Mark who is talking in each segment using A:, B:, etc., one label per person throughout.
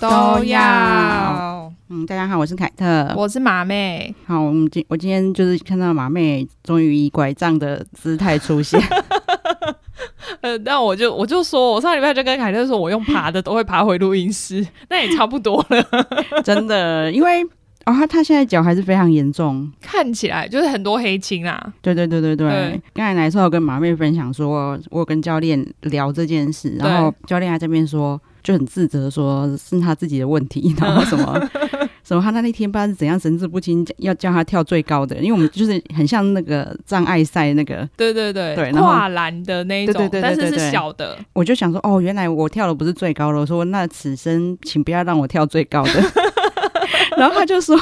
A: 都要。
B: 嗯，大家好，我是凯特。
A: 我是马妹，
B: 好，我们今我今天就是看到马妹终于以拐杖的姿态出现，
C: 呃，那我就我就说，我上礼拜就跟凯特说，我用爬的都会爬回录音室， 那也差不多了。
B: 真的，因为哦，她她现在脚还是非常严重。
C: 看起来就是很多黑青啊啦，
B: 对对对对对
C: 对，
B: 刚才来的时候有跟马妹分享说，我有跟教练聊这件事，然后教练还在这边说。就很自责，说是他自己的问题，然后什么什么，他那那天不知道是怎样神志不清，要叫他跳最高的，因为我们就是很像那个障碍赛那个，
C: 对对对，
B: 对然后
C: 跨栏的那一种，
B: 对对对对
C: 但是
B: 对对
C: 是小的，
B: 我就想说，哦，原来我跳的不是最高的。我说那此生请不要让我跳最高 的。然后他就说，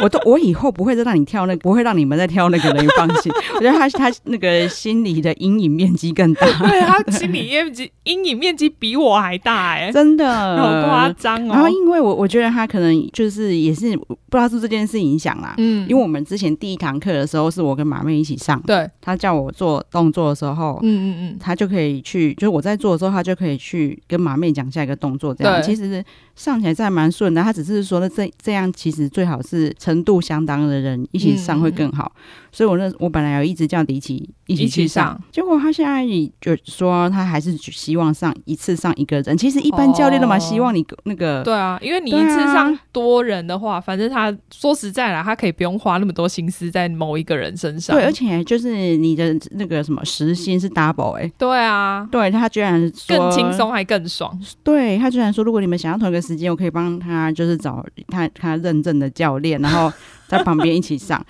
B: 我都我以后不会再让你跳那个，不会让你们再跳那个了，你放心。 我觉得他他那个心理的阴影面积更 大，
C: 对，它心理面积 阴影面积比我还大哎、
B: 真的
C: 好夸张
B: 然后
C: 哦。
B: 因为我我觉得他可能就是也是不知道是不是这件事影响啦。
C: 嗯
B: 因为我们之前第一堂课的时候，是我跟马妹一起上，
C: 对，
B: 他叫我做动作的时候，
C: 嗯嗯嗯，
B: 他就可以去，就是我在做的时候，他就可以去跟马妹讲下一个动作，这样
C: 对
B: 其实上起来是还蛮顺的。他只是说那这这样其实最好是程度相当的人一起上会更好。所以我那我本来有一直叫迪奇一起
C: 嗯一起
B: 去上，
C: 上
B: 结果他现在就说他还是希望上一次上一个人。其实一般教练都蛮
C: 哦
B: 希望你那个。
C: 对啊，因为你
B: 对
C: 一
B: 啊
C: 次上多人的话，反正他说实在啦，他可以不用花那么多心思在某一个人身上。
B: 对，而且就是你的那个什么时薪是 double 哎、
C: 对啊，
B: 对他居然说
C: 更轻松还更 爽。
B: 对他居然说，如果你们想要同一个时间，我可以帮他，就是找他他认证的教练，然 后在旁边一起上。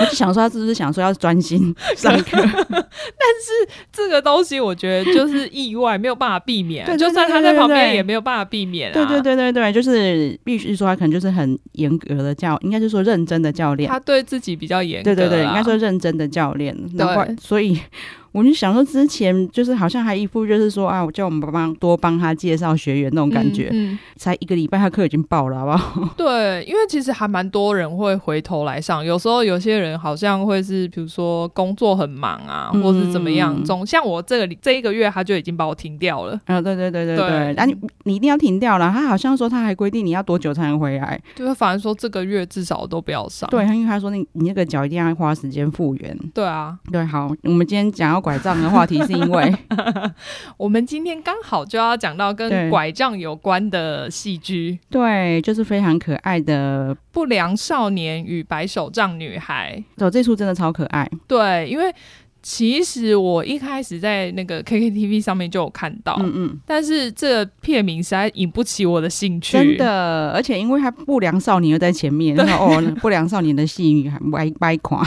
B: 我就想说，他是不是想说要专 心上课？啊
C: 这个东西我觉得就是意外，没有办法避免。
B: 啊对对
C: 就算他
B: 对对
C: 在旁
B: 对
C: 边也没有办法避免、啊。
B: 对对对对对，就是必须说，他可能就是很严格的教，应该是说认真的教练。
C: 他对自己比较严格啊
B: 对
C: 啦。
B: 对对，应该说认真的教练。
C: 对
B: 难怪，所以我就想说，之前就是好像还一副就是说啊，我叫我们帮多帮他介绍学员那种感觉，
C: 嗯
B: 才一个礼拜，他课已经爆了，好不好？
C: 嗯对，因为其实还蛮多人会回头来上，有时候有些人好像会是，比如说工作很忙啊，
B: 嗯
C: 或是怎么样中。像我这个礼这一个月，他就已经把我停掉了。
B: 啊，对对对对对，
C: 对
B: 那、你你一定要停掉了。他好像说他还规定你要多久才能回来，
C: 就是反正说这个月至少都不要上。
B: 对，因为他说你你那个脚一定要花时间复原。
C: 对啊，
B: 对，好，我们今天讲到拐杖的话题，是因 为
C: 我们今天刚好就要讲到
B: 对
C: 跟拐杖有关的戏剧。
B: 对，就是非常可爱的，
C: 不良少年与白手杖女孩，
B: 走这出真的超可爱，
C: 对，因为其实我一开始在那个 KKTV 上面就有看到，
B: 嗯嗯，
C: 但是这片名实在引不起我的兴趣。
B: 真，的，而且因为他不良少年又在前面，然后哦，那不良少年的戏女还歪歪 垮，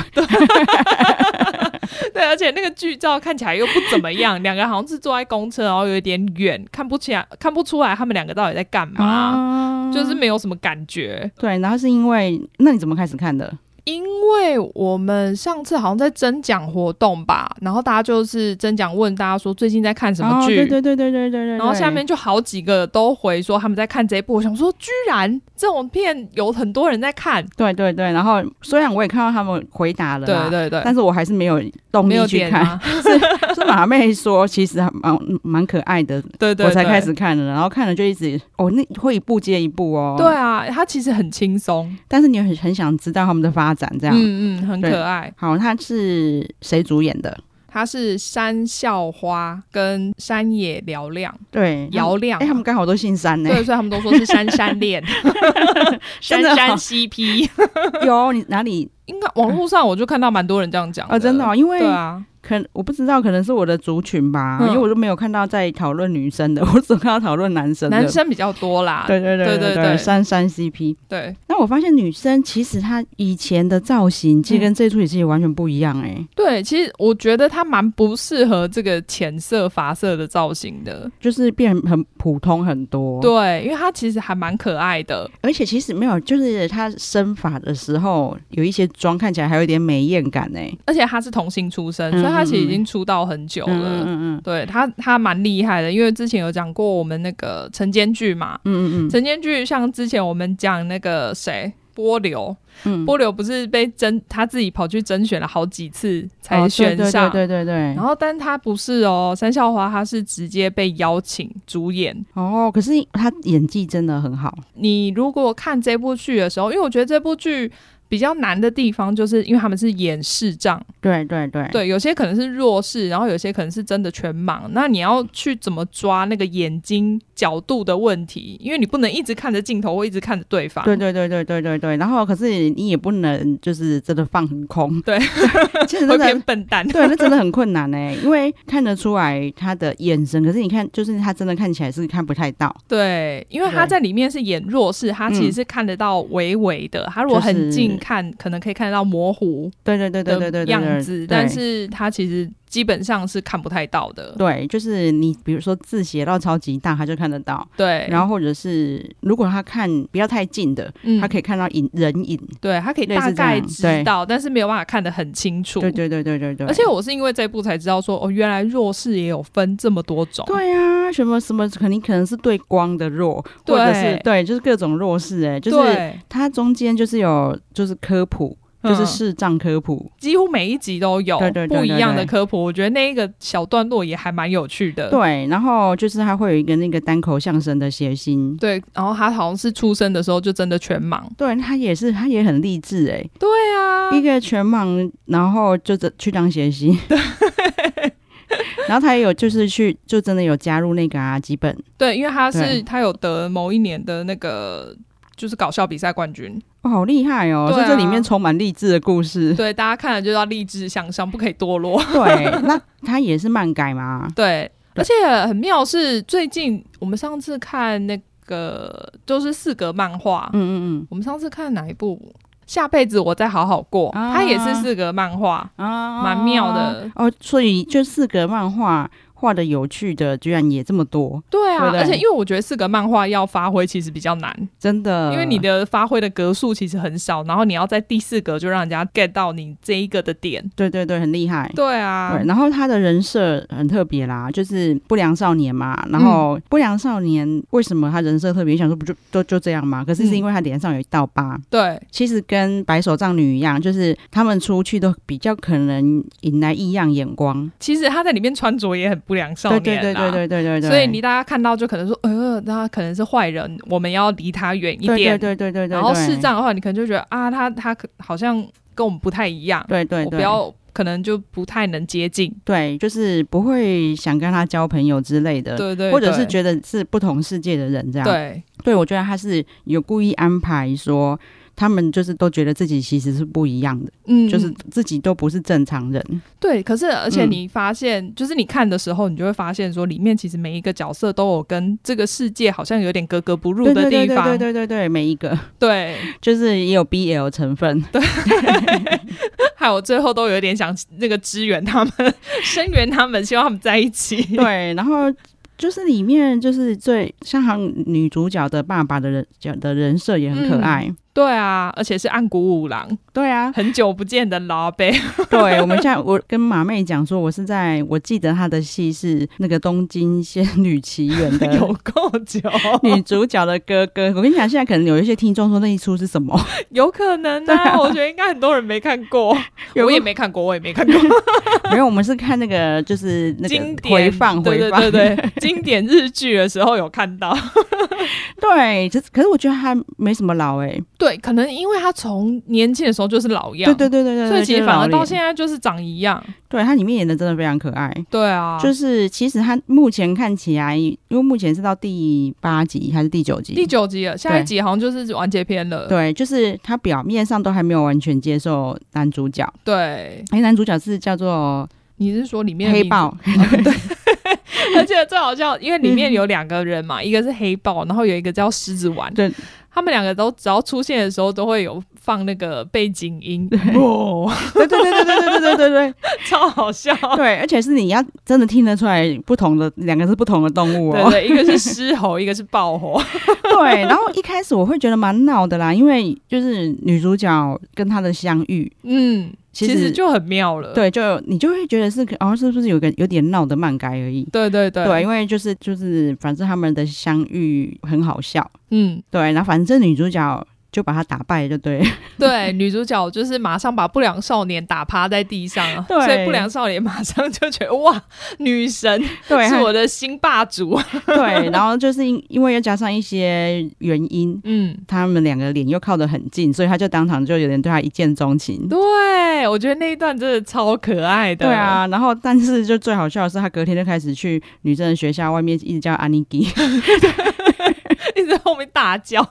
C: 对，而且那个剧照看起来又不怎么样，两个好像是坐在公车，然后有一点远，看不起来，看不出来他们两个到底在干嘛，
B: 啊
C: 就是没有什么感觉。
B: 对，然后是因为那你怎么开始看的？
C: 因为我们上次好像在征奖活动吧，然后大家就是征奖问大家说最近在看什么
B: 哦
C: 剧，
B: 对对对对对对对，
C: 然后下
B: 对
C: 面就好几个都回说他们在看这一部，我想说居然这种片有很多人在看，
B: 对对对，然后虽然我也看到他们回答了啦，
C: 对对对，
B: 但是我还是没有动
C: 没有
B: 力去
C: 点啊
B: 看。
C: 吗？
B: 是马妹说，其实还蛮蛮可爱的，
C: 对对对，
B: 我才开始看的，然后看了就一直哦，那会一步接一步哦。
C: 对，啊，它其实很轻松，
B: 但是你很很想知道他们的发展这样。
C: 嗯嗯，很
B: 对
C: 可爱。
B: 好，他是谁主演的？
C: 它是山校花跟山野嘹亮，
B: 对，
C: 嘹
B: 哎、
C: 亮
B: 他 们
C: 啊。
B: 刚好都姓山呢、
C: 对，所以他们都说是山山恋，山
B: 真的哦
C: 山 CP，
B: 有你哪里
C: 应该网络上我就看到蛮多人这样讲
B: 啊、真的、哦，因为
C: 对啊，
B: 可我不知道，可能是我的族群吧，
C: 嗯
B: 因为我就没有看到在讨论女生的，我只看到讨论男生的。
C: 男，生比较多啦，
B: 对对对
C: 对对对
B: 三三 CP。
C: 对
B: 那我发现女生其实她以前的造型，
C: 嗯
B: 其实跟这出也是完全不一样哎、
C: 对，其实我觉得它蛮不适合这个浅色发色的造型的，
B: 就是变很普通很多。，
C: 对，因为它其实还蛮可爱的，
B: 而且其实没有，就是她生发的时候有一些妆看起来还有一点美艳感哎、
C: 而且他是童星出身，
B: 嗯
C: 所以他其实已经出道很久
B: 嗯
C: 了。
B: 嗯
C: 对他，他蛮厉害的，因为之前有讲过我们那个晨间剧嘛，
B: 嗯嗯嗯嗯，
C: 晨间剧像之前我们讲那个谁，波流，
B: 嗯，
C: 波流不是被甄他自己跑去甄选了好几次才
B: 哦
C: 选上，
B: 对对对对对
C: 然
B: 对。
C: 后但他不是哦，山校华他是直接被邀请主演。
B: 哦，可是他演技真的很好，
C: 你如果看这部剧的时候，因为我觉得这部剧比较难的地方，就是因为他们是演视障，
B: 对对对，
C: 对，有些可能是弱视，然后有些可能是真的全盲。那你要去怎么抓那个眼睛角度的问题？因为你不能一直看着镜头或一直看着对方。
B: 对对对对对对对，然后可是你也不能就是真的放很空，
C: 对，
B: 其实真
C: 会变
B: 的。
C: 笨蛋，
B: 对，那真的很困难哎、因为看得出来他的眼神，可是你看，就是他真的看起来是看不太到，
C: 对，因为他
B: 对
C: 在里面是演弱视，他其实
B: 嗯
C: 是看得到微微的，他如果
B: 就
C: 很
B: 是
C: 近看，可能可以看得到模糊
B: 对对对对对
C: 的
B: 对对，
C: 样子，但
B: 对
C: 是他其实基本上是看不太到的。
B: 对，就是你比如说字写到超级大，他就看得到，
C: 对，
B: 然后或者是如果他看不要太近的，
C: 嗯
B: 他可以看到影人影，
C: 对他可以
B: 类似
C: 大
B: 这
C: 概
B: 样
C: 知
B: 对
C: 道，但是没有办法看得很清楚。
B: 对对对对对对，
C: 而且我是因为这部才知道说，哦，原来弱视也有分这么多种。
B: 对啊，什么什么肯定可能是对光的弱，或者是
C: 对
B: 对，就是各种弱势哎、就是
C: 对
B: 它中间就是有就是科普，
C: 嗯
B: 就是视障科普，
C: 几乎每一集都有
B: 对对对对
C: 不一样的
B: 对
C: 科普，我觉得那一个小段落也还蛮有趣的。
B: 对，然后就是它会有一个那个单口相声的谐星。
C: 对，然后他好像是出生的时候就真的全盲。
B: 对他也是，他也很励志哎、
C: 对啊，
B: 一个全盲，然后就这去当谐星， 然后他也有就是去，就真的有加入那个啊几本
C: 对，因为他是
B: 对
C: 他有得某一年的那个就是搞笑比赛冠军。
B: 哦，好厉害哦！
C: 对
B: 在、
C: 啊
B: 这里面充满励志的故事。
C: 对，大家看了就要励志向上，不可以堕落。
B: 对，那他也是漫改嘛？
C: 对，
B: 对
C: 而且很妙是最近我们上次看那个就是四格漫画，
B: 嗯嗯
C: 我们上次看哪一部？下辈子我再好好过，
B: 啊
C: 它也是四格漫画，
B: 嗯，啊
C: 蛮妙的。
B: 哦。所以就四格漫画画的有趣的，居然也这么多，
C: 对啊，
B: 对不对
C: 而且因为我觉得四格漫画要发挥其实比较难，
B: 真的。
C: 因为你的发挥的格数其实很少，然后你要在第四格就让人家 get 到你这一个的点。
B: 对对对，很厉害。
C: 对啊，
B: 对，然后他的人设很特别啦，就是不良少年嘛。
C: 嗯
B: 然后不良少年为什么他人设特别？你想说不就都就这样嘛？可是
C: 嗯
B: 是因为他脸上有一道疤，
C: 对
B: 其实跟白手杖女一样，就是他们出去都比较可能引来异样眼光。
C: 其实他在里面穿着也很不良少
B: 对
C: 年
B: 对对
C: 啦
B: 对对对对对。
C: 所以你大家看到就可能说，呃，他可能是坏人，我们要离他远一点。
B: 对对对对对对，
C: 然后视障的话，你可能就觉得啊，他他可好像跟我们不太一样，
B: 对对对，
C: 我不要可能就不太能接近。
B: 对，就是不会想跟他交朋友之类的，
C: 对对，
B: 或者是
C: 对
B: 觉得是不同世界的人这样。，
C: 对
B: 对我觉得他是有故意安排说。他们就是都觉得自己其实是不一样的，
C: 嗯，
B: 就是自己都不是正常人。
C: 对。可是而且
B: 嗯
C: 你发现，就是你看的时候，你就会发现说，里面其实每一个角色都有跟这个世界好像有点格格不入
B: 对
C: 的
B: 对
C: 地
B: 对对
C: 方。
B: 对对对对，每一个
C: 对
B: 就是也有 BL 成分。
C: 害我最后都有点想那个支援他们， 声援他们， 希望他们在一 起。
B: 对，然后就是里面就是最像好像女主角的爸爸的人角的人设也很可
C: 嗯
B: 爱。
C: 对啊，而且是暗谷五郎，
B: 对 啊，
C: 很久不见的老贝。
B: 对，我们现在我跟马妹讲说，我是在我记得她的戏是那个《东京仙女奇缘》
C: 有
B: 的
C: 够久，
B: 女主角的哥哥。我跟你讲，现在可能有一些听众说那一出是什么？
C: 有可能
B: 对
C: 啊，
B: 啊
C: 我觉得应该很多人没看过，
B: 有
C: 我也没看过，我也没看过。
B: 没有，我们是看那个就是那
C: 经
B: 个
C: 典
B: 回放
C: 对
B: 回放。
C: 对对对，经典日剧的时候有看到。
B: 对，可是可是我觉得她没什么老哎、
C: 对，可能因为他从年轻的时候就是老样，
B: 对对对对对，
C: 所以其实
B: 就是
C: 反而
B: 老
C: 到
B: 脸
C: 现在就是长一样。
B: 对她里面演的真的非常可爱。
C: 对啊，
B: 就是其实她目前看起来，因为目前是到第八集还是第九集？
C: 第九集了，下一集好像就是完结篇了。
B: 对，就是她表面上都还没有完全接受男主角。
C: 对，
B: 哎，男主角是叫做
C: 你是说里面的
B: 黑
C: 名字
B: 豹，
C: 而且最好笑，因为里面有两个人 嘛，一个是黑豹，然后有一个叫狮子丸。
B: 对，
C: 他们两个都只要出现的时候，都会有放那个背景音，哦，
B: 对对对对对对对对对
C: 超好笑。
B: 对，对，而且是你要真的听得出来不同的两个是不同的动物
C: 对
B: 哦。
C: 对，一个是狮吼，一个是豹 吼。
B: 对，然后一开始我会觉得蛮闹的啦，因为就是女主角跟她的相遇，
C: 嗯，其
B: 其实
C: 实就很妙了。
B: 对，就你就会觉得是哦，是不是有个有点闹的漫改而已。
C: 对对对，
B: 对，因为就是就是，反正他们的相遇很好笑。
C: 嗯，
B: 对，然后反正女主角就把他打败，就 对了。
C: 对，女主角就是马上把不良少年打趴在地上，
B: 对
C: 所以不良少年马上就觉得哇，女神
B: 对，
C: 是
B: 还
C: 我的新霸主。
B: 对，然后就是因因为又加上一些原因，
C: 嗯，
B: 他们两个脸又靠得很近，所以他就当场就有点对他一见钟情。
C: 对，我觉得那一段真的超可爱的。
B: 对，啊，然后但是就最好笑的是，他隔天就开始去女生的学校外面一直叫阿尼基，一
C: 一直在后面大叫，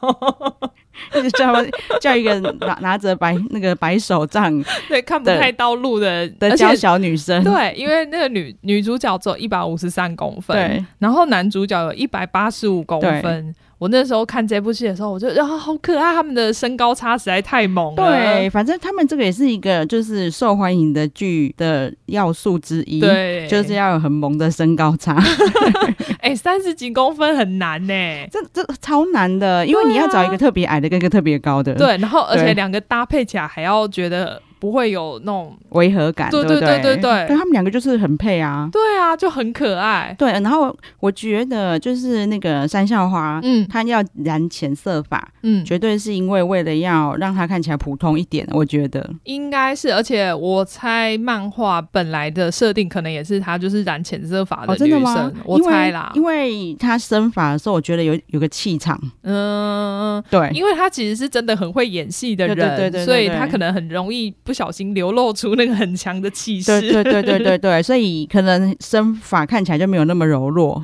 B: 直 叫他们叫一个拿拿着白那个白手杖
C: 对，看不
B: 对
C: 太到路的，
B: 的
C: 而且
B: 娇小女生，
C: 对，因为那个女女主角只有一百五十三公分，
B: 对，
C: 然后男主角有一百八十五公分。我那时候看这部戏的时候，我就啊，好可爱，他们的身高差实在太猛了。
B: 对，反正他们这个也是一个就是受欢迎的剧的要素之一，，
C: 对，
B: 就是要有很萌的身高差，
C: 哎，三十几公分很难呢、
B: 这这超难的，因为你要找一个特别矮的跟一个特别高的，，
C: 对，然后而且
B: 对
C: 两个搭配起来还要觉得不会有那种，
B: 违和感，
C: 对
B: 对
C: 对对
B: 对
C: 对对
B: 但他们两个就是很配啊，
C: 对啊，就很可爱。
B: 对，然后我觉得就是那个山校花，
C: 嗯
B: 她要染浅色发，
C: 嗯，
B: 绝对是因为为了要让她看起来普通一点，我觉得，
C: 应该是，而且我猜漫画本来的设定可能也是她就是染浅色发
B: 哦，
C: 的
B: 真
C: 啊女
B: 的
C: 生，
B: 吗？
C: 我
B: 因为
C: 猜啦。
B: 因为她生发的时候，我觉得有有个气场，
C: 嗯，
B: 对，
C: 因为他其实是真的很会演戏的人，
B: 对对对对对
C: 所以他可能很容易不小心流露出那个很强的气势。
B: 对对对对对对，所以可能身法看起来就没有那么柔弱。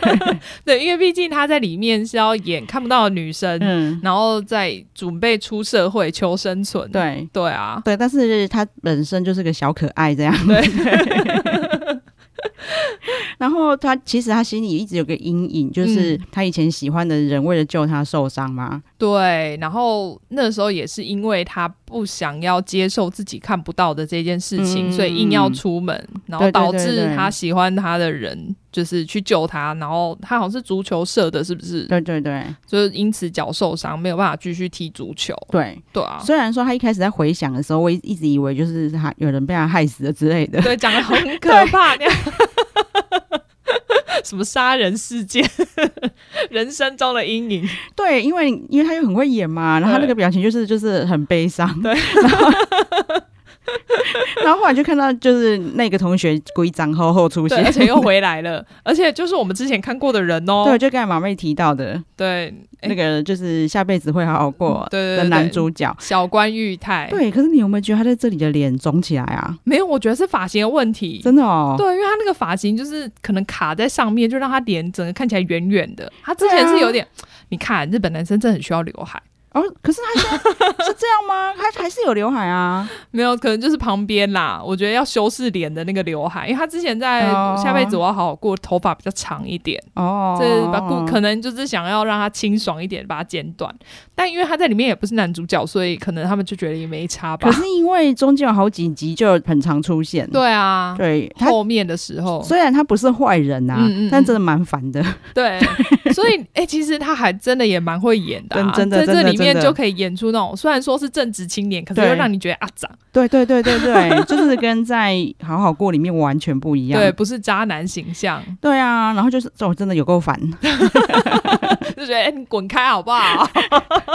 C: 对因为毕竟他在里面是要演看不到的女生，
B: 嗯，
C: 然后再准备出社会求生存。
B: 对
C: 对啊，
B: 对，但是他本身就是个小可爱这样。 对。然后他其实他心里一直有个阴影，就是
C: 嗯
B: 他以前喜欢的人为了救他受伤嘛。
C: 对。然后那时候也是因为他不想要接受自己看不到的这件事情，
B: 嗯
C: 所以硬要出门，然后
B: 对对
C: 导
B: 对
C: 致
B: 对
C: 他喜欢他的人就是去救他，然后他好像是足球社的，是不是？
B: 对对对
C: 就是因此脚受伤，没有办法继续踢足球。
B: 对。
C: 对啊，
B: 虽然说他一开始在回想的时候，我一一直以为就是他有人被他害死了之类的。
C: 对，讲的 很可怕，那样什么杀人事件， 人生中的阴影。
B: 对，因为因为他又很会演嘛，然后他那
C: 对
B: 个表情就是就是很悲伤，对， 然后然后后来就看到就是那个同学规章厚厚出
C: 对，
B: 现
C: 而，且 又回来了，而且就是我们之前看过的人哦、
B: 对，就刚才马妹提到的
C: 对哎嗯
B: 那个，就是下辈子会好好过
C: 对对对哎
B: 的男主角。
C: 小关裕太，
B: 对，可是你有没有觉得他在这里的脸肿起来啊？
C: 没有，我觉得是发型的问题。
B: 真的哦，
C: 对，因为他那个发型就是可能卡在上面，就让他脸整个看起来圆圆的。他之前
B: 对啊
C: 是有点，你看日本男生真的很需要刘海，
B: 哦，可是他现在是这样吗？他还是有刘海啊？
C: 没有，可能就是旁边啦。我觉得要修饰脸的那个刘海，因为他之前在
B: 哦
C: 下辈子我要好好过，头发比较长一点，
B: 哦，
C: 这把顾可能就是想要让他清爽一点，把它剪短。但因为他在里面也不是男主角，所以可能他们就觉得也没差吧
B: 可。是因为中间有好几集就很常出现，
C: 对啊，
B: 对，他
C: 后面的时候，
B: 虽然他不是坏人啊，
C: 哦嗯嗯嗯
B: 但真的蛮烦 的。
C: 对，所以哎、其实他还真的也蛮会演的、啊，
B: 真真的
C: 在
B: 真
C: 这
B: 的
C: 里面
B: 真的
C: 就可以演出那种虽然说是正直青年，可是
B: 对
C: 又让你觉得啊长，
B: 对对对对对， 就是跟在《好好过》里面完全不一样。
C: 对，不是渣男形象，
B: 对啊，然后就是这种真的有够烦。
C: 就觉得哎、你滚开好不好？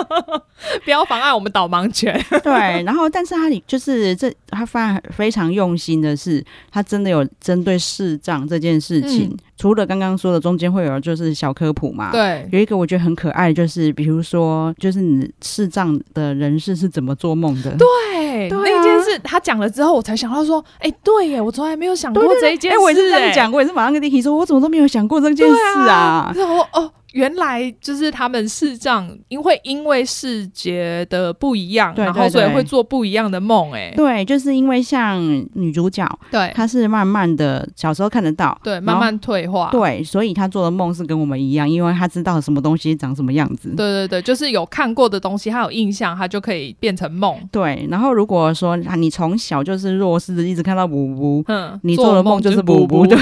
C: 不要妨碍我们导盲犬。
B: 对，然后但是他里就是这他发非常用心的是，他真的有针对视障这件事情，
C: 嗯
B: 除了刚刚说的中间会有就是小科普嘛。。
C: 对，
B: 有一个我觉得很可爱，就是比如说，就是你视障的人士是怎么做梦的？对，
C: 对，
B: 对啊
C: 那件事他讲了之后，我才想到说，哎、对耶，我从来没有想过
B: 对对
C: 这一件
B: 哎、
C: 事、
B: 我也是这样
C: 哎。
B: 讲，我也是马上跟 Dicky 说，我怎么都没有想过这件
C: 对
B: 事
C: 啊，然后哦，原来就是他们视障，因为因为视觉的不一样，
B: 对
C: 然后
B: 对
C: 所以
B: 对
C: 会做不一样的梦、哎，
B: 对，就是因为像女主角，
C: 对
B: 她是慢慢的小时候看得到，
C: 欸对，
B: 然后
C: 慢慢退化，
B: 对，所以她做的梦是跟我们一样，因为她知道什么东西长什么样子。
C: 对对对，就是有看过的东西，他有印象，他就可以变成梦。
B: 对，然后如果说啊，你从小就是弱势，一直看到补补，
C: 嗯，
B: 你做的
C: 梦
B: 梦就是
C: 补
B: 补补，对。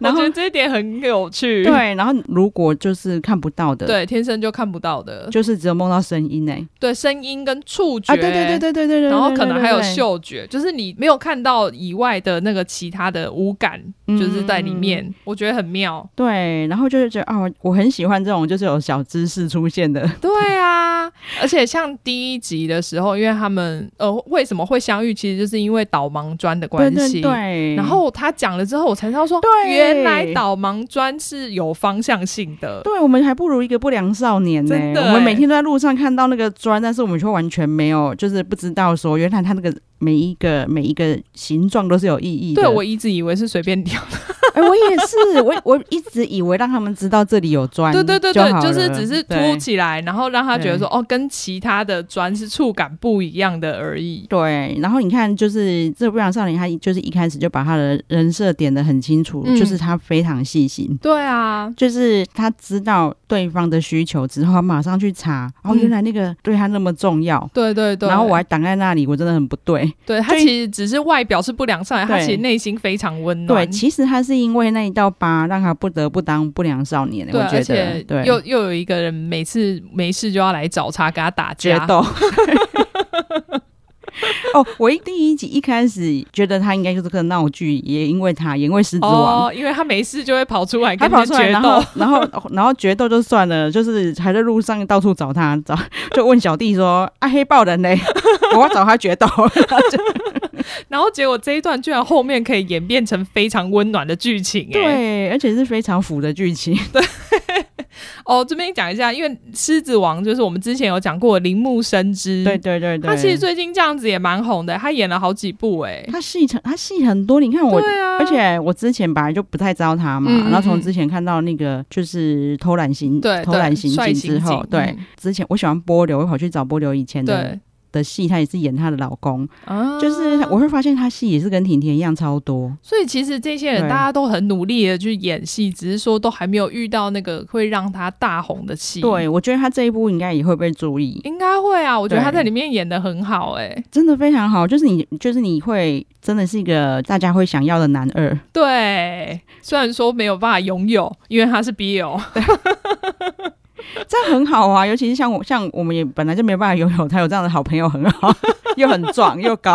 C: 我
B: 然
C: 觉
B: 后
C: 得这一点很有趣。
B: 对，然后如果就是看不到的，，
C: 对，天生就看不到的，
B: 就是只有梦到声音哎、
C: 对声音跟触觉
B: 啊，对对对对对对对，
C: 然后可能还有
B: 对，
C: 嗅觉，就是你没有看到以外的那个其他的五感，
B: 嗯
C: 就是在里面，我觉得很妙。
B: 对对对，然后就是觉得哦，我很喜欢这种就是有小知识出现的，
C: 对啊， 而且像第一集的时候，因为他们呃为什么会相遇，其实就是因为导盲砖的关
B: 对
C: 系。
B: 对对，
C: 然后他讲了之后，我才知道说，
B: 嗯对
C: 原来导盲砖是有方向性的。
B: 对我们还不如一个不良少年呢、
C: 真的
B: 我们
C: 欸
B: 每天都在路上看到那个砖，但是我们却完全没有，就是不知道说原来它那个每一个每一个形状都是有意义的。
C: 对我一直以为是随便挑，
B: 哎、我也是，我我一直以为让他们知道这里有砖，
C: 对对对对，
B: 好
C: 就是
B: 了
C: 只是凸
B: 对
C: 起来，然后让他觉得说，哦，跟其他的砖是触感不一样的而已。
B: 对，然后你看，就是这个不良少年，他就是一开始就把他的人设点的很清楚，
C: 嗯
B: 就是他非常细心，
C: 对啊，
B: 就是他知道对方的需求之后，他马上去查，哦，
C: 嗯
B: 原来那个对他那么重要。
C: 对对对。
B: 然后我还挡在那里，我真的很不对。
C: 对他
B: 就
C: 其实只是外表是不良少年，他
B: 对
C: 其实内心非常温
B: 对，
C: 暖。
B: 其实他是因为那一道疤，让他不得不当不良少年。
C: 对，
B: 我觉
C: 而
B: 得
C: 且
B: 对，
C: 又又有一个人每次没事就要来找茬跟他打
B: 决
C: 架，
B: 斗。 哦，我一第一集一开始觉得他应该就是个闹剧，也因为他，也因为狮子王，
C: 哦，因为他没事就会跑出来
B: 他
C: 跟
B: 跑
C: 他
B: 出来，
C: 决
B: 然
C: 斗
B: 后。然后然后决斗就算了，就是还在路上到处找他，找就问小弟说：“啊，黑豹人嘞， 我要找他 决斗。
C: 然后结果这一段居然后面可以演变成非常温暖的剧情、”欸，
B: 对，而且是非常腐的剧情。
C: 嗯哦，这边讲一下，因为《狮子王》就是我们之前有讲过的铃木伸之，
B: 对对对对，
C: 他其实最近这样子也蛮红的，他演了好几部、哎，
B: 他戏很他戏很多，你看我
C: 对啊，
B: 而且我之前本来就不太知道他嘛，
C: 嗯嗯
B: 然后从
C: 嗯
B: 之前看到那个就是偷懒行
C: 对
B: 偷懒行
C: 帅
B: 径之后，对，
C: 嗯
B: 之前我喜欢波流，我跑去找波流以前的
C: 对
B: 的戏，他也是演她的老公，
C: 啊，
B: 就是我会发现他戏也是跟甜甜一样超多，
C: 所以其实这些人
B: 对
C: 大家都很努力的去演戏，只是说都还没有遇到那个会让他大红的戏。
B: 对，我觉得他这一部应该也会被注意，
C: 应该会啊，我觉得
B: 对
C: 他在里面演的很好哎、
B: 真的非常好，就是你就是你会真的是一个大家会想要的男二，
C: 对，虽然说没有办法拥有，因为他是 BL，
B: 这样很好啊，尤其是像我像我们也本来就没办法拥有他有这样的好朋友，很好， 又很壮又高，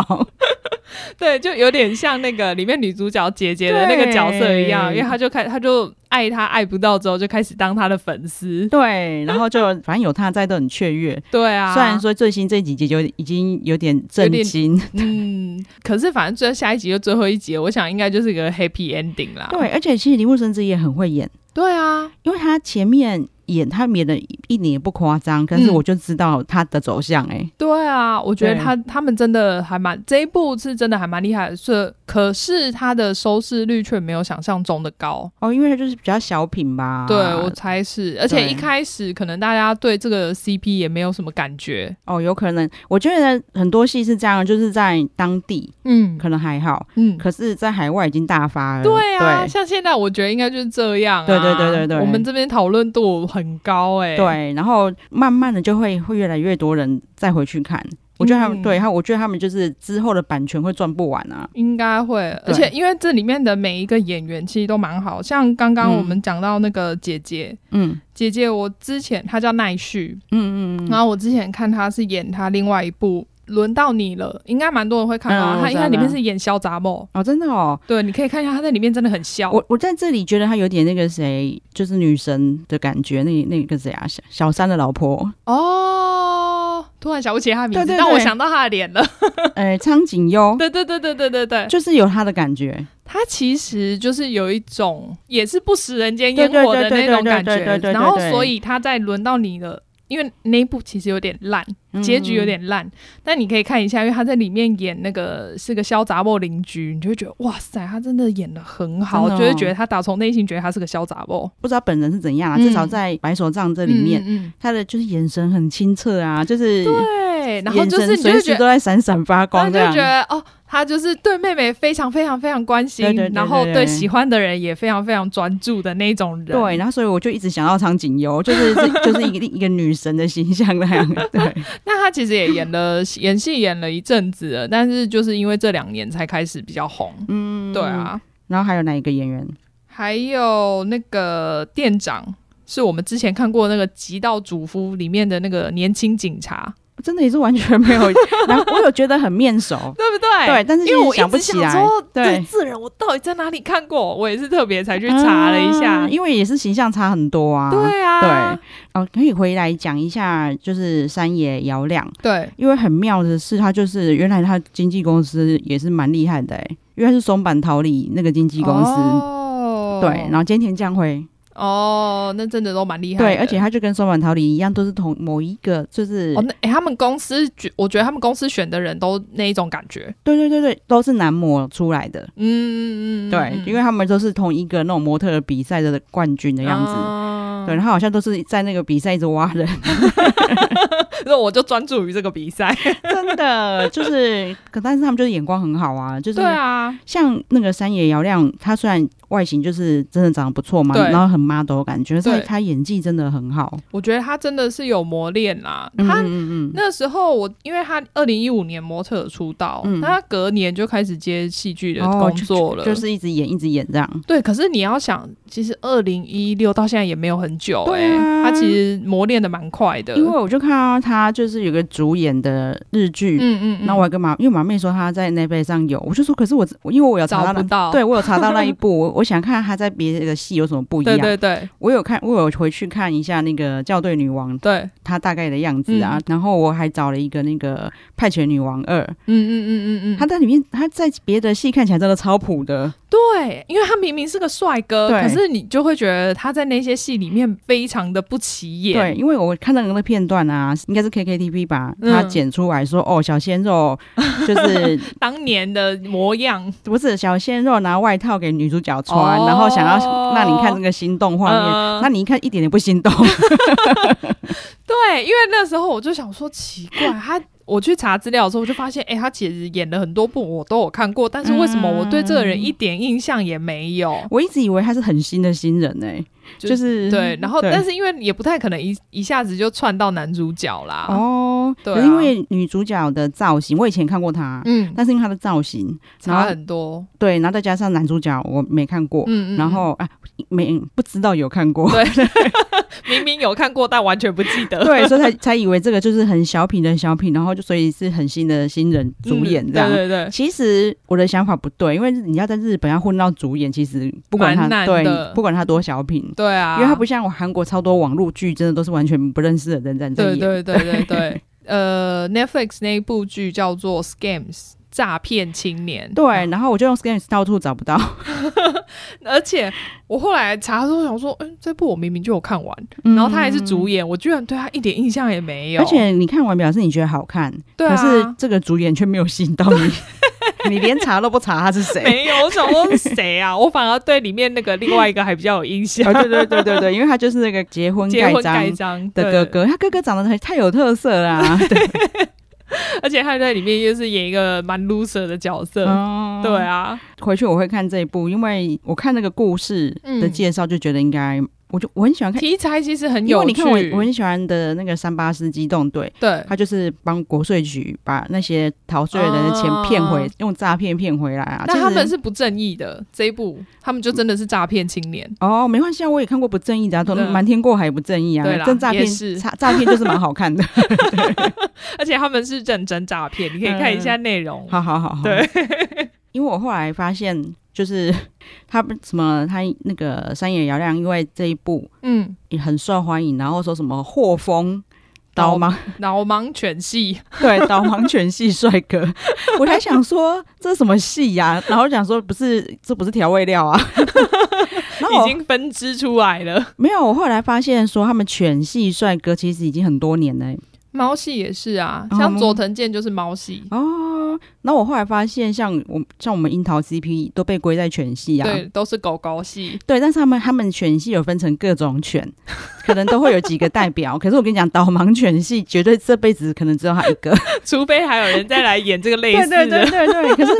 C: 对，就有点像那个里面女主角姐姐的那个角色一样，
B: 对
C: 因为他就开他就爱他爱不到之后，就开始当他的粉丝。
B: 对，然 后就反正有他在都很雀跃，
C: 对啊，
B: 虽然说最新这几集就已经有点震惊，
C: 嗯，可是反正最后下一集就最后一集了，我想应该就是一个 happy ending 啦。
B: 对，而且其实铃木伸之也很会演，
C: 对啊，
B: 因为他前面演他演的一点也不夸张，但是
C: 嗯
B: 我就知道他的走向、欸，哎、
C: 对啊，我觉得
B: 对
C: 他他们真的还蛮这一部是真的还蛮厉害的，是可是它的收视率却没有想象中的高。
B: 哦，因为他就是比较小品吧，
C: 对，我猜是，而且一开始可能大家对这个 CP 也没有什么感觉，
B: 哦，有可能，我觉得很多戏是这样，就是在当地
C: 嗯
B: 可能还好，
C: 嗯，
B: 可是在海外已经大发了，
C: 对啊，
B: 嗯对。
C: 像现在我觉得应该就是这样、啊，
B: 对对对对对
C: 我们这边讨论度很高哎、
B: 对，然后慢慢的就会会越来越多人再回去看，我觉得他们、
C: 嗯
B: 对他，我觉得他们就是之后的版权会赚不完啊。
C: 应该会，而且因为这里面的每一个演员其实都蛮好，像刚刚我们讲到那个姐姐，
B: 嗯
C: 姐姐我之前她叫奈绪，
B: 嗯嗯嗯，
C: 然后我之前看他是演他另外一部《轮到你了》，应该蛮多人会看
B: 嗯
C: 到、
B: 我
C: 他，
B: 知
C: 因
B: 道
C: 为他里面是演肖杂某，
B: 哦，真的哦，
C: 对，你可以看一下他在里面真的很笑。
B: 我我在这里觉得他有点那个谁，就是女神的感觉，那那个谁啊，小小三的老 婆，
C: 哦，突然想不起他的名字，
B: 对对对
C: 但我想到他的脸 了。
B: 呃，苍井优，
C: 对对对对对对对，
B: 就是有他的感觉，
C: 他其实就是有一种也是不食人间
B: 对
C: 烟
B: 对
C: 火
B: 对
C: 的
B: 对
C: 那种
B: 对
C: 感
B: 对对
C: 觉
B: 对，对
C: 然后
B: 对
C: 所以他在轮到你了。因为那一部其实有点烂，结局
B: 嗯。
C: 有点烂，但你可以看一下，因为他在里面演那个是个肖杂莫邻居，你就会觉得哇塞，他真的演的很好，
B: 真的哦
C: 就会觉得他打从内心觉得他是个肖杂莫。
B: 不知道本人是怎样啊，
C: 嗯
B: 至少在白手杖这里面，
C: 嗯，嗯嗯
B: 他的就是眼神很清澈啊，就是
C: 对，然后
B: 眼
C: 就
B: 神
C: 是你就
B: 随
C: 会
B: 时
C: 觉
B: 都
C: 得，
B: 在闪闪发
C: 然后
B: 光
C: 你
B: 这
C: 就
B: 样
C: 会觉。得哦，他就是对妹妹非常非常非常关心，
B: 对对对对
C: 然后对
B: 对
C: 喜欢的人也非常非常专注的那种人。
B: 对，然后所以我就一直想到苍井优，就是这就是一 个一个女神的形象那样。对，
C: 那他其实也演了演戏演了一阵子了，但是就是因为这两年才开始比较红。嗯，对啊。
B: 然后还有哪一个演员？
C: 还有那个店长，是我们之前看过那个《极道主夫》里面的那个年轻警察，
B: 真的也是完全没有，然后我有觉得很面熟，
C: 对不 对？
B: 对，但是
C: 因为我一
B: 想不
C: 直
B: 起
C: 想
B: 来
C: 说，，这
B: 对，
C: 字人我到底在哪里看过？我也是特别才去查了一下
B: 嗯，因为也是形象差很多啊。
C: 对啊，
B: 哦，可以回来讲一下，就是山野遥亮，
C: 对
B: 因为很妙的是，他就是原来他经纪公司也是蛮厉害的、欸，因为他是松坂桃李那个经纪公司，
C: 哦、
B: 对，然后菅田将晖，
C: 哦，那真的都蛮厉害的，
B: 对，而且他就跟松坂桃李一样，都是同某一个，就是、
C: 哦，那、诶他们公司觉，我觉得他们公司选的人都那一种感觉，
B: 对对对对，都是男模出来的。
C: 嗯，嗯嗯嗯
B: 对，因为他们都是同一个那种模特儿比赛的冠军的样子，
C: 哦子
B: 对，然后好像都是在那个比赛一直挖 人，
C: 那我就专注于这个比赛。
B: 真 的就是，可但是他们就是眼光很好啊，就是
C: 对啊，
B: 像那个山野遥亮，他虽然外形就是真的长得不错嘛，
C: 对
B: 然后很 model 的感觉，但
C: 对
B: 是他演技真的很好。
C: 我觉得他真的是有磨练啦。
B: 嗯
C: 他
B: 嗯嗯嗯，
C: 那时候我，因为他二零一五年模特儿出道，
B: 嗯
C: 那他隔年就开始接戏剧的
B: 哦
C: 工
B: 就
C: 作了，
B: 就是一直演一直演这样。
C: 对。可是你要想，其实二零一六到现在也没有很久、欸，
B: 对啊
C: 他其实磨练的蛮快的。
B: 因为我就看到他就是有个主演的日剧，
C: 嗯嗯嗯，
B: 然后我还跟马，因为马妹说她在 Netflix 上有，我就说可是我我因为我有查
C: 找
B: 到
C: 不
B: 那，
C: 到，
B: 对我有查到那一部，我我想看她在别的戏有什么不一样。
C: 对对对
B: 我有看，我有回去看一下那个校对女王
C: 对，
B: 她大概的样子啊，然后我还找了一个那个派遣女王二，
C: 嗯嗯嗯嗯嗯，
B: 他在里面，他在别的戏看起来真的超普的，
C: 对，因为他明明是个帅哥，
B: 对
C: 可是你就会觉得他在那些戏里面非常的不起眼。
B: 对，因为我看到那个片段啊，应该是 KKTV 吧，
C: 嗯
B: 他剪出来说，哦，小鲜肉就是
C: 当年的模样，
B: 不是小鲜肉拿外套给女主角穿，
C: 哦
B: 然后想要让你看这个心动画面，
C: 嗯
B: 那你一看一点也不心 动，
C: 对，因为那时候我就想说，奇怪，他我去查资料的时候，我就发现，哎、他其实演了很多部我都有看过，但是为什么我对这个人一点印象也没有？
B: 我一直以为他是很新的新人呢、
C: 就
B: 就是
C: 对，然后
B: 嗯对
C: 但是因为也不太可能一一下子就串到男主角啦。
B: 哦，
C: 对啊
B: 可是因为女主角的造型，我以前看过她。
C: 嗯，
B: 但是因为她的造型，然
C: 差
B: 后
C: 很多。
B: 对，然后再加上男主角我没看过，
C: 嗯，嗯
B: 然后啊没不知道有看过，
C: 嗯 明明有看过，但完全不记 得。嗯
B: 对，所以才才以为这个就是很小品的小品，然后就所以是很新的新人主演
C: 嗯
B: 这样。
C: 对对对，
B: 其实我的想法不对，因为你要在日本要混到主演，其实不管
C: 蛮
B: 他
C: 难
B: 对
C: 的，
B: 不管他多小品，
C: 对啊，
B: 因为他不像韩国超多网络剧，真的都是完全不认识的人在在
C: 对
B: 演。
C: 对对对 对，呃，Netflix 那一部剧叫做《Scams》。诈骗青年，
B: 对然后我就用 Scams 到处找不 到，
C: 而且我后来查的时候想说，嗯，这部我明明就有看完，然后他还是主演，我居然对他一点印象也没
B: 嗯
C: 有，
B: 而且你看完表示你觉得好看，
C: 对啊，
B: 可是这个主演却没有吸引到 你，你连查都不查他是谁。
C: 没有，我想说是谁啊？ 我反而对里面那个另外一个还比较有印象
B: 哦，， 对对对对对，因为他就是那个结婚
C: 结
B: 盖
C: 婚
B: 章
C: 盖章
B: 的哥，
C: 对
B: 哥，他哥哥长得很太有特色啦、 对，
C: 而且他在里面又是演一个蛮 loser 的角色，
B: 哦
C: 对啊，
B: 回去我会看这一部，因为我看那个故事
C: 嗯
B: 的介绍就觉得应该，我就我很喜欢看，
C: 题材其实很
B: 因
C: 有
B: 为
C: 趣，
B: 你看我我很喜欢的那个三八师机动队，
C: 对，
B: 他就是帮国税局把那些逃税的人的钱骗回，
C: 哦
B: 用诈骗骗回来啊。
C: 但他们
B: 其实
C: 是不正义的这一部，他们就真的是诈骗青年。
B: 哦，没关系啊，我也看过不正义的、啊，都
C: 对啊
B: 瞒天过海也不正义啊
C: 对啦，
B: 但诈骗
C: 也是
B: 诈诈骗就是蛮好看的。
C: 而且他们是认真诈骗，你可以看一下内容。
B: 好好好好，
C: 对，
B: 因为我后来发现，就是 他不什么他那个山野遥亮，因为这一部
C: 嗯，
B: 也很受欢迎，然后说什么获封刀芒，
C: 脑盲犬系，
B: 对，刀芒犬系帅哥，我还想说这是什么戏呀、然后想说不是这不是调味料啊， 然后
C: 已
B: 我
C: 经分支出来了。
B: 没有，我后来发现说他们犬系帅哥其实已经很多年了欸、
C: 猫系也是啊，
B: 哦
C: 像佐藤健就是猫系，
B: 哦。然后我后来发现像我像我们樱桃 CP 都被归在犬系啊，
C: 对，都是狗狗系。
B: 对，但是他们他们犬系有分成各种犬， 可能都会有几个代表。可是我跟你讲，导盲犬系绝对这辈子可能只有他一个。
C: 除非还有人再来演这个类似 的，
B: 对对。可是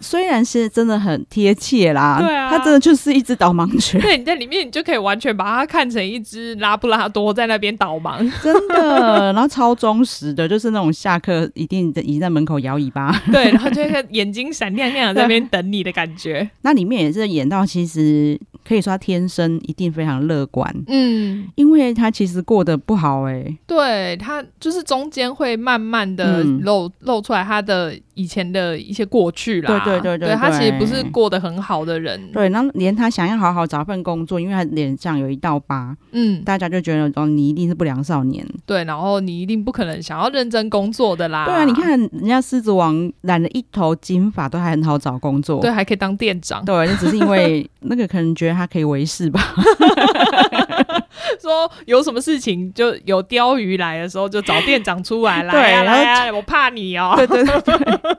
B: 虽然是真的很贴切啦，
C: 对啊
B: 它真的就是一只导盲犬，
C: 对，你在里面你就可以完全把它看成一只拉布拉多在那边导 盲。
B: 真的。然后超忠实的，就是那种下课一定在已经在门口摇尾巴。
C: 对对，然后就会眼睛闪亮亮的在那边等你的感觉。
B: 那里面也是演到，其实可以说他天生一定非常乐观，
C: 嗯，
B: 因为他其实过得不好哎、
C: 对，他就是中间会慢慢的
B: 嗯
C: 露、露出来他的以前的一些过去啦。
B: 对对对
C: 对
B: 对
C: 他其实不是
B: 对
C: 过得很好的人。，
B: 对，然后连他想要好好找份工作，因为他脸上有一道疤，
C: 嗯，
B: 大家就觉得哦，你一定是不良少年。
C: 对，然后你一定不可能想要认真工作的啦。
B: 对啊，你，看人家狮子王染了一头金发，都还很好找工作。
C: 对，还可以当店长，
B: 对，那只是因为那个可能觉得他可以为世吧。
C: 说有什么事情就有鲷鱼来的时候就找店长出来
B: 对
C: 来呀、
B: 然后
C: 来呀、我怕你哦、
B: 对对对对。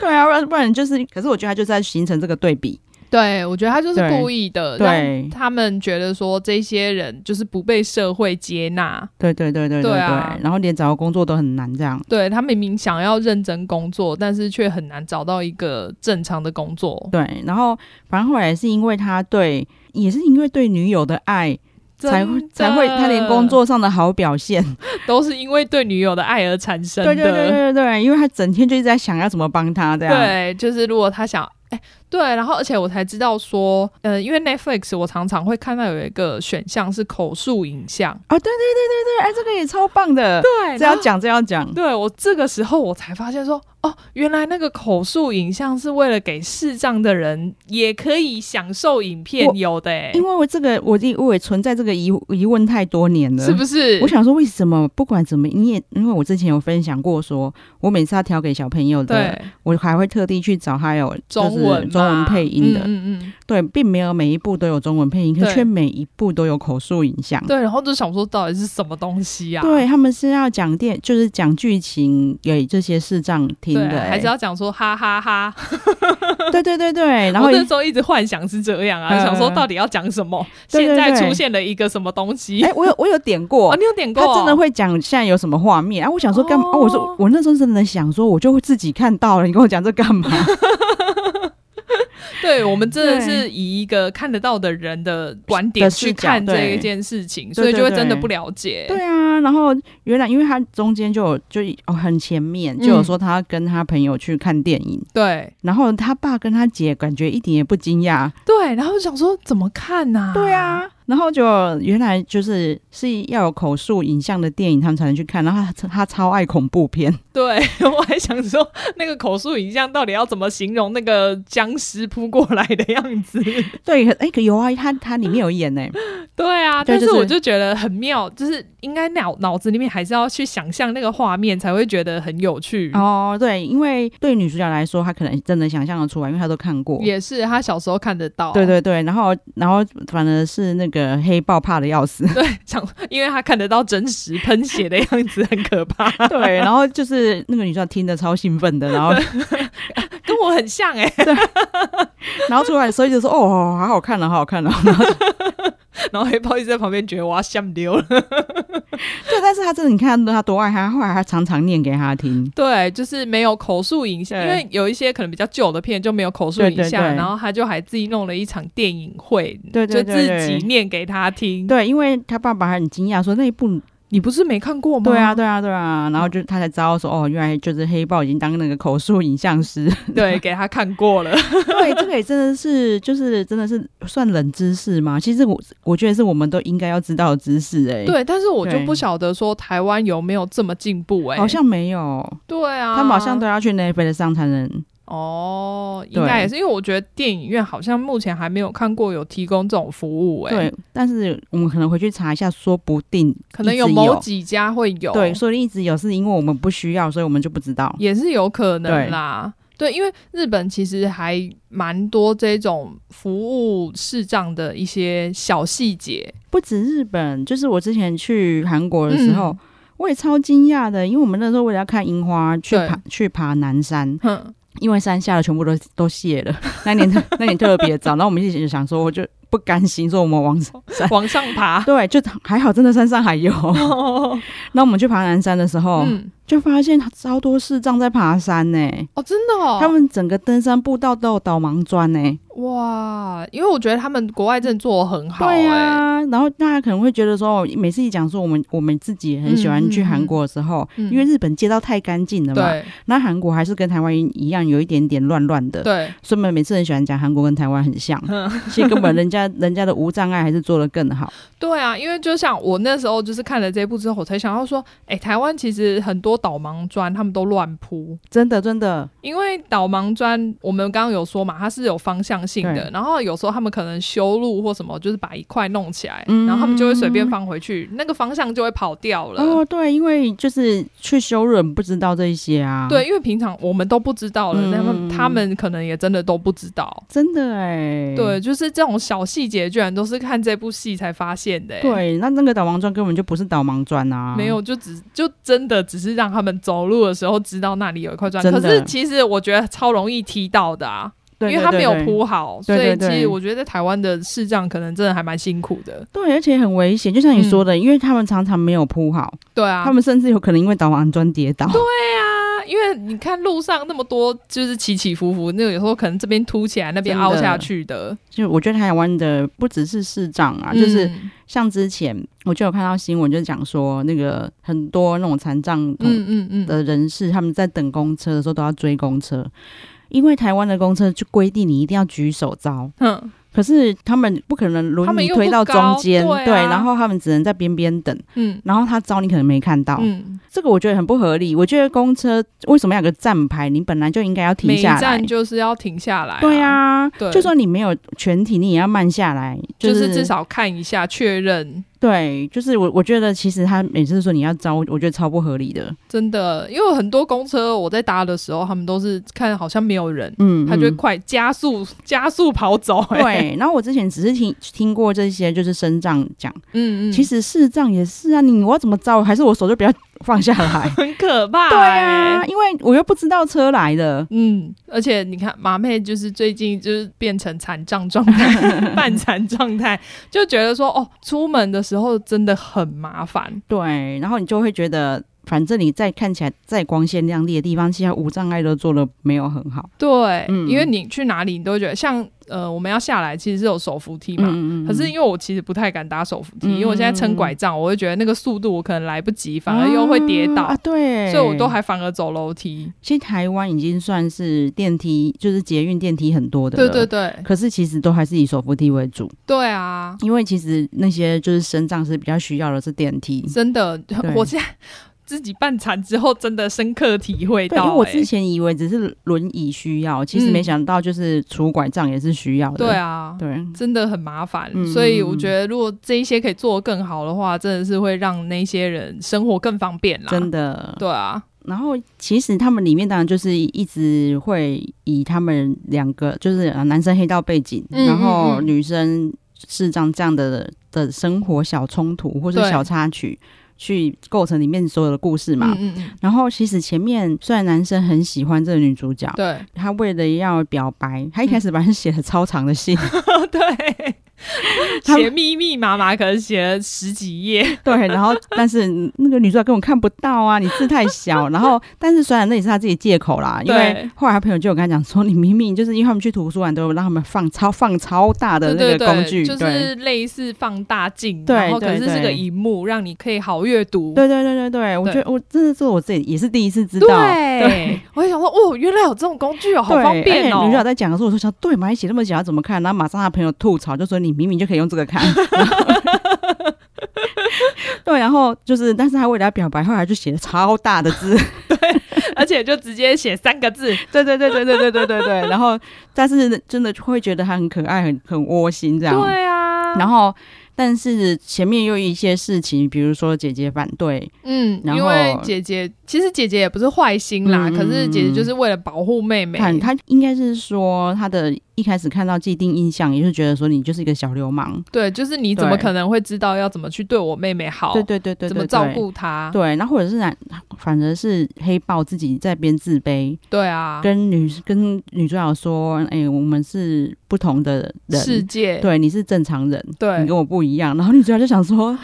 B: 对啊，不然不然就是，可是我觉得他就是在形成这个对比。
C: 对，我觉得他就是
B: 对
C: 故意的，
B: 对
C: 呃让他们觉得说这些人就是不被社会接纳。
B: 对对对对
C: 对啊
B: 对然后连找到工作都很难这样。
C: 对他明明想要认真工作，但是却很难找到一个正常的工作，
B: 对，然后反正后来是因为他对，也是因为对女友的爱，才会
C: 真的
B: 才会他连工作上的好表现，
C: 都是因为对女友的爱而产生的。
B: 对对对对对，因为他整天就一直在想要怎么帮他这样。
C: 对就是如果他想，哎、对，然后而且我才知道说，呃，因为 Netflix 我常常会看到有一个选项是口述影像，
B: 哦，对对对对对，哎，这个也超棒的，
C: 对
B: 这要讲这要讲，
C: 对我这个时候我才发现说，哦，原来那个口述影像是为了给视障的人也可以享受影片
B: 我
C: 有的、欸，
B: 因为我这个我也我也存在这个疑疑问太多年了，
C: 是不是？
B: 我想说，为什么不管怎么，你也因为我之前有分享过说我每次要挑给小朋友的，
C: 对
B: 我还会特地去找他有就是
C: 中文嘛
B: 中文配音的，
C: 嗯嗯嗯，
B: 对，并没有每一部都有中文配音，可
C: 对
B: 却每一部都有口述影像。
C: 对，然后就想说到底是什么东西啊？
B: 对，他们是要讲电，就是讲剧情给这些视障听
C: 对，
B: 的、欸
C: 还是要讲说哈哈哈
B: 对对对对，然
C: 然
B: 后
C: 后那时候一直幻想是这样啊，
B: 嗯
C: 想说到底要讲什么？
B: 对对
C: 现在
B: 对
C: 出现了一个什么东西？
B: 哎、我有我有点过。
C: 哦，你有点过、
B: 他真的会讲现在有什么画面啊？我想说干嘛？啊我说
C: 哦
B: 我那时候真的想说，我就会自己看到了，你跟我讲这干嘛？
C: 对我们真的是
B: 对
C: 以一个看得到的人的观点
B: 的视
C: 去
B: 角
C: 看这
B: 对
C: 一件事情，
B: 对
C: 所以就会
B: 对
C: 真的
B: 对
C: 不了解。
B: 对啊，然后原来因为他中间就有就哦很前面就有说他跟他朋友去看电影，
C: 对
B: 然后他爸跟他姐感觉一点也不惊讶。
C: 对，然后想说怎么看呐、，
B: 啊，然后就原来就是是要有口述影像的电影他们才能去看，然后他他超爱恐怖片，
C: 对 我还想说那个口述影像到底要怎么形容那个僵尸扑过来的样子？
B: 对，哎、可有啊，他他里面有演呢、
C: 对啊，
B: 对
C: 但是
B: 就是
C: 我就觉得很妙，就是应该脑脑子里面还是要去想象那个画面，才会觉得很有趣。
B: 哦，对，因为对女主角来说，她可能真的想象得出来，因为她都看过。
C: 也是他小时候看得到，啊
B: 对对对，然后然后反而是那个黑豹怕的要死，
C: 对，想因为他看得到真实喷血的样子，很可 怕，
B: 对，然后就是那个女主角听得超兴奋的，然后
C: 跟我很像哎、
B: 然后出来的时候就说：“哦，好好看了，好好看了。
C: 然后黑豹一直在旁边觉得我要吓丢了。”
B: 对，但是他真的，你看他多爱他，后来他常常念给他听。
C: 对，就是没有口述影像，因
B: 对
C: 为有一些可能比较旧的片就没有口述
B: 对
C: 影
B: 对
C: 像，
B: 对
C: 然后他就还自己弄了一场电影会，
B: 对对对
C: 就自
B: 对
C: 己念给他听。
B: 对，因为他爸爸还很惊讶，说那一部，
C: 你不是没看过吗？
B: 对啊，，对啊，对啊，然后就他才知道说，哦，原来就是黑豹已经当那个口述影像师。
C: 对，给他看过了。
B: 对，这个也真的是，就是真的是算冷知识吗？其实我我觉得是我们都应该要知道的知识、哎，，
C: 对，但是我就
B: 对
C: 不晓得说台湾有没有这么进步哎、
B: 好像没有，
C: 对啊，
B: 他们好像都要去 Netflix 上才能。
C: 哦，应
B: 对
C: 该也是，因为我觉得电影院好像目前还没有看过有提供这种服务哎、
B: 对，但是我们可能回去查一下，说不定
C: 可能
B: 一直有
C: 某几家会有，
B: 对，所以一直有是因为我们不需要，所以我们就不知道。
C: 也是有可能
B: 对
C: 啦。对，因为日本其实还蛮多这种服务视障的一些小细节。
B: 不止日本，就是我之前去韩国的时候，
C: 嗯
B: 我也超惊讶的，因为我们那时候为了要看樱花，去
C: 对
B: 爬去爬南山，
C: 哼，
B: 因为山下的全部都都谢了，那年特 那年特别早，然后我们一起想说，我就不甘心，说我们往 山。
C: 往上爬
B: 。对，就还好，真的山上还有。
C: 哦
B: 那我们去爬南山的时候，
C: 嗯，
B: 就发现超多视障在爬山呢、
C: 哦，真的哦，
B: 他们整个登山步道都有导盲砖呢、
C: 哇，因为我觉得他们国外真的做的很好、
B: 对
C: 哎
B: 啊，然后大家可能会觉得说，哦每次一讲说我们我们自己也很喜欢去韩国的时候，
C: 嗯嗯嗯
B: 因为日本街道太干净了嘛，
C: 对
B: 那韩国还是跟台湾一样有一点点乱乱的，
C: 对，
B: 所以我们每次很喜欢讲韩国跟台湾很 像，其实根本人家 人家的无障碍还是做得更好，
C: 对啊，因为就像我那时候就是看了这部之后，我才想到说，哎、台湾其实很多导盲砖他们都乱铺，
B: 真的真的，
C: 因为导盲砖我们刚刚有说嘛，它是有方向性的，
B: 对
C: 然后有时候他们可能修路或什么，就是把一块弄起来，
B: 嗯
C: 然后他们就会随便放回去，那个方向就会跑掉了。
B: 哦对，因为就是去修人不知道这些啊，
C: 对，，因为平常我们都不知道了，
B: 嗯
C: 那、们他们可能也真的都不知道。
B: 真的哎、
C: 对，就是这种小细节，居然都是看这部戏才发现的、欸。，
B: 对，那那个导盲砖根本就不是导盲砖啊，
C: 没有，就只就真的只是让他们走路的时候知道那里有一块砖，
B: 真
C: 可
B: 的
C: 是其实我觉得超容易踢到的啊，
B: 对，对
C: 因为他没有。
B: 对对
C: 铺好，
B: 对对
C: 所以其
B: 对
C: 实我觉得在台湾的视障可能真的还蛮辛苦的。
B: 对，而且很危险，就像
C: 嗯
B: 你说的，因为他们常常没有铺好，
C: 对啊，
B: 他们甚至有可能因为导盲砖跌倒。对，
C: 啊，因为你看路上那么多就是起起伏伏，那个有时候可能这边凸起来，那边
B: 真的
C: 凹下去的，
B: 就我觉得台湾的不只是视障啊，就是
C: 嗯
B: 像之前我就有看到新闻，就讲说那个很多那种残障
C: 嗯嗯嗯，
B: 的人士，他们在等公车的时候都要追公车，因为台湾的公车就规定你一定要举手招。
C: 嗯
B: 可是他们不可能
C: 他
B: 轮
C: 们
B: 你
C: 又
B: 推
C: 不
B: 到
C: 高
B: 中间，
C: 对啊
B: 然后他们只能在边边等，
C: 嗯
B: 然后他招你可能没看到，
C: 嗯，
B: 这个我觉得很不合理。我觉得公车为什么要有个站牌？你本来就应该要停
C: 每一
B: 下来
C: 站。就是要停下来、
B: 对。啊，
C: 哎对
B: 就算你没有全体，你也要慢下来，、
C: 就是是至少看一下，确认
B: 对，就是我我觉得其实他每次说你要招，我觉得超不合理的。
C: 真的，因为很多公车我在搭的时候，他们都是看好像没有人，
B: 嗯，
C: 他就会
B: 嗯
C: 快加速 加速跑走、欸。，
B: 对。然后我之前只是听听过这些就是身障讲，
C: 嗯嗯，
B: 其实视障也是啊，你我要怎么招？还是我手就不要放下
C: ？
B: 来
C: 很可怕、欸。
B: 对啊，因为我又不知道车来的。
C: 嗯，而且你看马妹就是最近就是变成残障状态， 半残状态，就觉得说哦，出门的时候真的很麻烦。
B: 对，然后你就会觉得，反正你在看起来再光鲜亮丽的地方，现在无障碍都做的没有很好。
C: 对，
B: 嗯
C: 因为你去哪里你都会觉得像呃，我们要下来其实是有手扶梯嘛。
B: 嗯
C: 啊可是因为我其实不太敢搭手扶梯，
B: 嗯
C: 因为我现在撑拐杖，我会觉得那个速度我可能来不及，反而又会跌倒，
B: 啊啊对，
C: 所以我都还反而走楼梯。
B: 其实台湾已经算是电梯，就是捷运电梯很多的
C: 对
B: 了。
C: 对对
B: 可是其实都还是以手扶梯为主，
C: 对啊，
B: 因为其实那些就是身障是比较需要的是电梯。
C: 真的，我现在 自己办产之后，真的深刻体会
B: 对，因
C: 到、
B: 为我
C: 欸
B: 之前以为只是轮椅需要，其实
C: 嗯
B: 没想到就是拄拐杖也是需要的。
C: 对，啊，
B: 对，
C: 真的很麻烦，
B: 嗯
C: 所以我觉得如果这一些可以做得更好的话，真的是会让那些人生活更方便啦。
B: 真的。
C: 对啊，
B: 然后其实他们里面当然就是一直会以他们两个就是呃男生黑道背景，
C: 嗯
B: 然后
C: 嗯嗯
B: 女生视障这样的的生活小冲突或是
C: 对
B: 小插曲，去构成里面所有的故事嘛。
C: 嗯嗯嗯，
B: 然后其实前面虽然男生很喜欢这个女主角，
C: 对 嗯
B: 他为了要表白，他一开始本来是写了超长的信，
C: 对，
B: 他们
C: 写密密麻麻，可能写了十几页。
B: 对，然后但是那个女主角根本看不到啊，你字太小。然后但是虽然那也是他自己借口啦，因为
C: 对
B: 后来他朋友就有跟他讲说，你明明就是因为他们去图书馆都有让他们放超放超大的
C: 对
B: 那
C: 对
B: 个工
C: 对，
B: 具，
C: 就
B: 对
C: 是类似放大镜，
B: 对
C: 然后可
B: 对
C: 是是个
B: 对
C: 荧幕，让你可以好阅读。
B: 对对对对对，我
C: 对
B: 觉得我真的是我自己也是第一次知道。
C: 对，我也想说，哦，原来有这种工具哦，好
B: 对
C: 方便
B: 而且
C: 哦。
B: 女主角在讲的时候，我说想对嘛，你写那么小要怎么看？然后马上她朋友吐槽，就说你明明就可以用这个看。 对，然后就是，但是她为了要表白，后来就写了超大的字。
C: 而且就直接写三个字，
B: 对对对对对对对对对。然后，但是真的会觉得她很可爱，很很窝心这样。
C: 对啊，
B: 然后，但是前面又有一些事情，比如说姐姐反对，
C: 嗯，
B: 然后
C: 因为姐姐其实姐姐也不是坏心啦，
B: 嗯
C: 可是姐姐就是为了保护妹妹，
B: 看她应该是说她的一开始看到既定印象，也是觉得说你就是一个小流氓。
C: 对，就是你怎么
B: 对
C: 可能会知道要怎么去对我妹妹好，
B: 对对对对对，
C: 哦怎么
B: 对
C: 照顾她？
B: 对，那或者是男，反而是黑豹自己在边自卑，
C: 对啊，
B: 跟女跟女主角说：“哎、我们是不同的人，
C: 世界
B: 对，你是正常人，
C: 对
B: 你跟我不一样。”然后女主角就想说。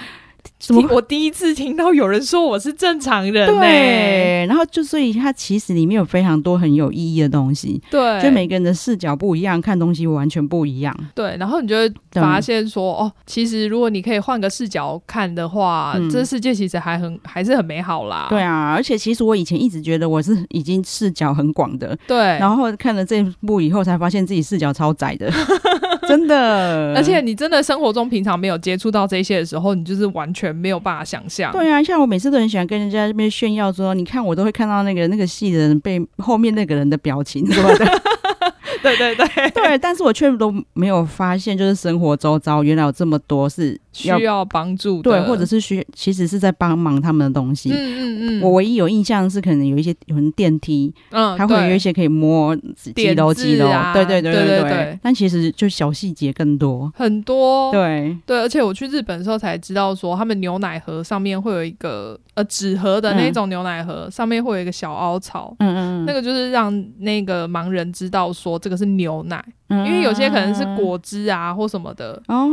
B: 怎么
C: 我第一次听到有人说我是正常人、欸，
B: 对，然后就所以它其实里面有非常多很有意义的东西，
C: 对，
B: 就每个人的视角不一样，看东西完全不一样。
C: 对，然后你就会发现说，哦，其实如果你可以换个视角看的话，
B: 嗯
C: 这世界其实还很还是很美好啦。
B: 对啊，而且其实我以前一直觉得我是已经视角很广的，
C: 对，
B: 然后看了这部以后才发现自己视角超窄的， 真的。
C: 而且你真的生活中平常没有接触到这些的时候，你就是完全没有办法想象。
B: 对啊，像我每次都很喜欢跟人家这边炫耀说，你看我都会看到那个那个戏的人被后面那个人的表情什么的，
C: 对对对，
B: 对，但是我却都没有发现，就是生活周遭原来有这么多是
C: 需
B: 要
C: 要帮助的
B: 对，或者是需其实是在帮忙他们的东西。
C: 嗯嗯嗯，
B: 我唯一有印象是，可能有一些有人电梯，
C: 嗯
B: 它会有一
C: 些
B: 些可以摸几几楼几楼
C: 点字，啊
B: 对对对
C: 对对
B: 对
C: 对哦
B: 但其实就小细节更多，
C: 很多
B: 对，
C: 对，而且我去日本的时候才知道说，他们牛奶盒上面会有一个呃纸盒
B: 嗯
C: 的那种牛奶盒，上面会有一个小凹槽。
B: 嗯嗯，
C: 那
B: 个
C: 个就是让那个盲人知道说这个是牛奶，因为有些可能
B: 嗯
C: 是果汁啊或什么的，
B: 哦，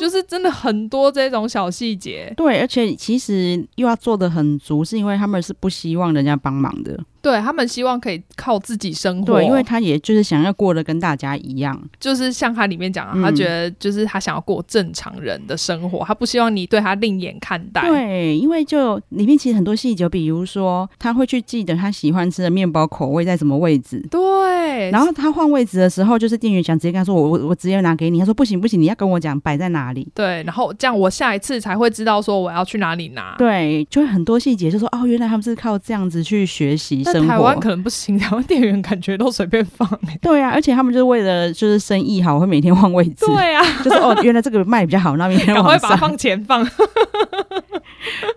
C: 就是真的很多这种小细节。
B: 对，而且其实又要做的很足，是因为他们是不希望人家帮忙的，
C: 对他们希望可以靠自己生活，
B: 对，因为他也就是想要过得跟大家一样，
C: 就是像他里面讲啊，
B: 嗯
C: 他觉得就是他想要过正常人的生活，他不希望你对他另眼看待。
B: 对，因为就里面其实很多细节，比如说他会去记得他喜欢吃的面包口味在什么位置。
C: 对，
B: 然后他换位置的时候，就是店员想直接跟他说：“我我我直接拿给你。”他说：“不行不行，你要跟我讲摆在哪里。
C: 对，然后这样我下一次才会知道说我要去哪里
B: 啊
C: 拿”。
B: 对，就很多细节，就说哦，原来他们是靠这样子去学习
C: 但
B: 生
C: 台湾
B: 活。
C: 可能不行，台湾店员感觉都随便放、欸。
B: 对啊，而且他们就是为了就是生意好，会每天换位置，
C: 对啊，
B: 就是哦，原来这个卖比较好，那明天
C: 赶快
B: 往
C: 把它
B: 上。
C: 放前放。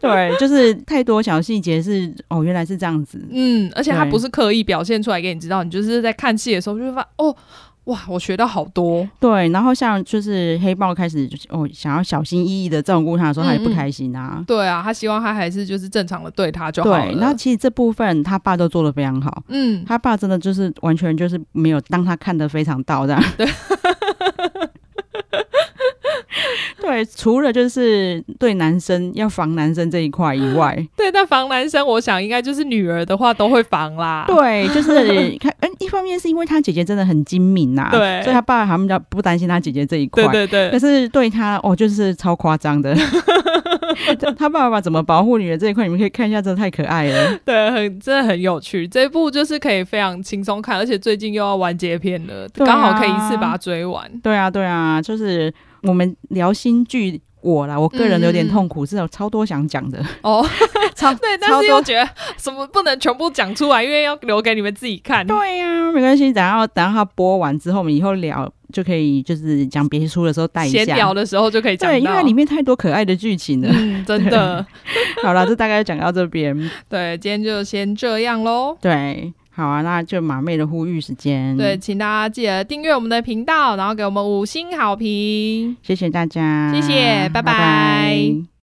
B: 对，就是太多小细节是哦，原来是这样子。
C: 嗯，而且他
B: 对
C: 不是刻意表现出来给你知道，你就是在看戏的时候就会发现哦，哇，我学到好多。
B: 对，然后像就是黑豹开始就是哦，想要小心翼翼的照顾他的时候，他也
C: 嗯
B: 不
C: 嗯
B: 开心啊。
C: 对啊，他希望他还是就是正常的对他就好了。
B: 对，然后其实这部分他爸都做的非常好，
C: 嗯，
B: 他爸真的就是完全就是没有当他看得非常到这 样。对。 对，除了就是对男生要防男生这一块以 外，
C: 对，但防男生，我想应该就是女儿的话都会防 啦。
B: 对，就是看，嗯，一方面是因为他姐姐真的很精明呐、啊
C: 对
B: 所以他爸他们家不担心他姐姐这一块，
C: 对对
B: 可
C: 对，
B: 是对他哦，就是超夸张的。 他爸爸怎么保护女儿这一块，你们可以看一下，真的太可爱了。
C: 对，很真的很有趣。这一部就是可以非常轻松看，而且最近又要完结篇了，
B: 对啊
C: 刚、好可以一次把它追完。
B: 对啊，对啊，就是我们聊新剧，我啦，我个人有点痛苦，是有超多想讲的。
C: 哦，
B: 超
C: 对，
B: 超
C: 但是
B: 多
C: 又觉得什么不能全部讲出来，因为要留给你们自己看。
B: 对呀、没关系，等到等到他播完之后，我们以后聊就可以，就是讲别书的时候带一
C: 闲聊
B: 下。
C: 的时候就可以讲到。
B: 对，因为它里面太多可爱的剧情了。
C: 嗯，真的，
B: 好了，这大概就讲到这边。
C: 对，今天就先这样喽。
B: 对，好啊，那就马妹的呼吁时间。
C: 对，，请大家记得订阅我们的频道，然后给我们五星好评。
B: 谢谢大家，
C: 谢谢拜拜
B: 拜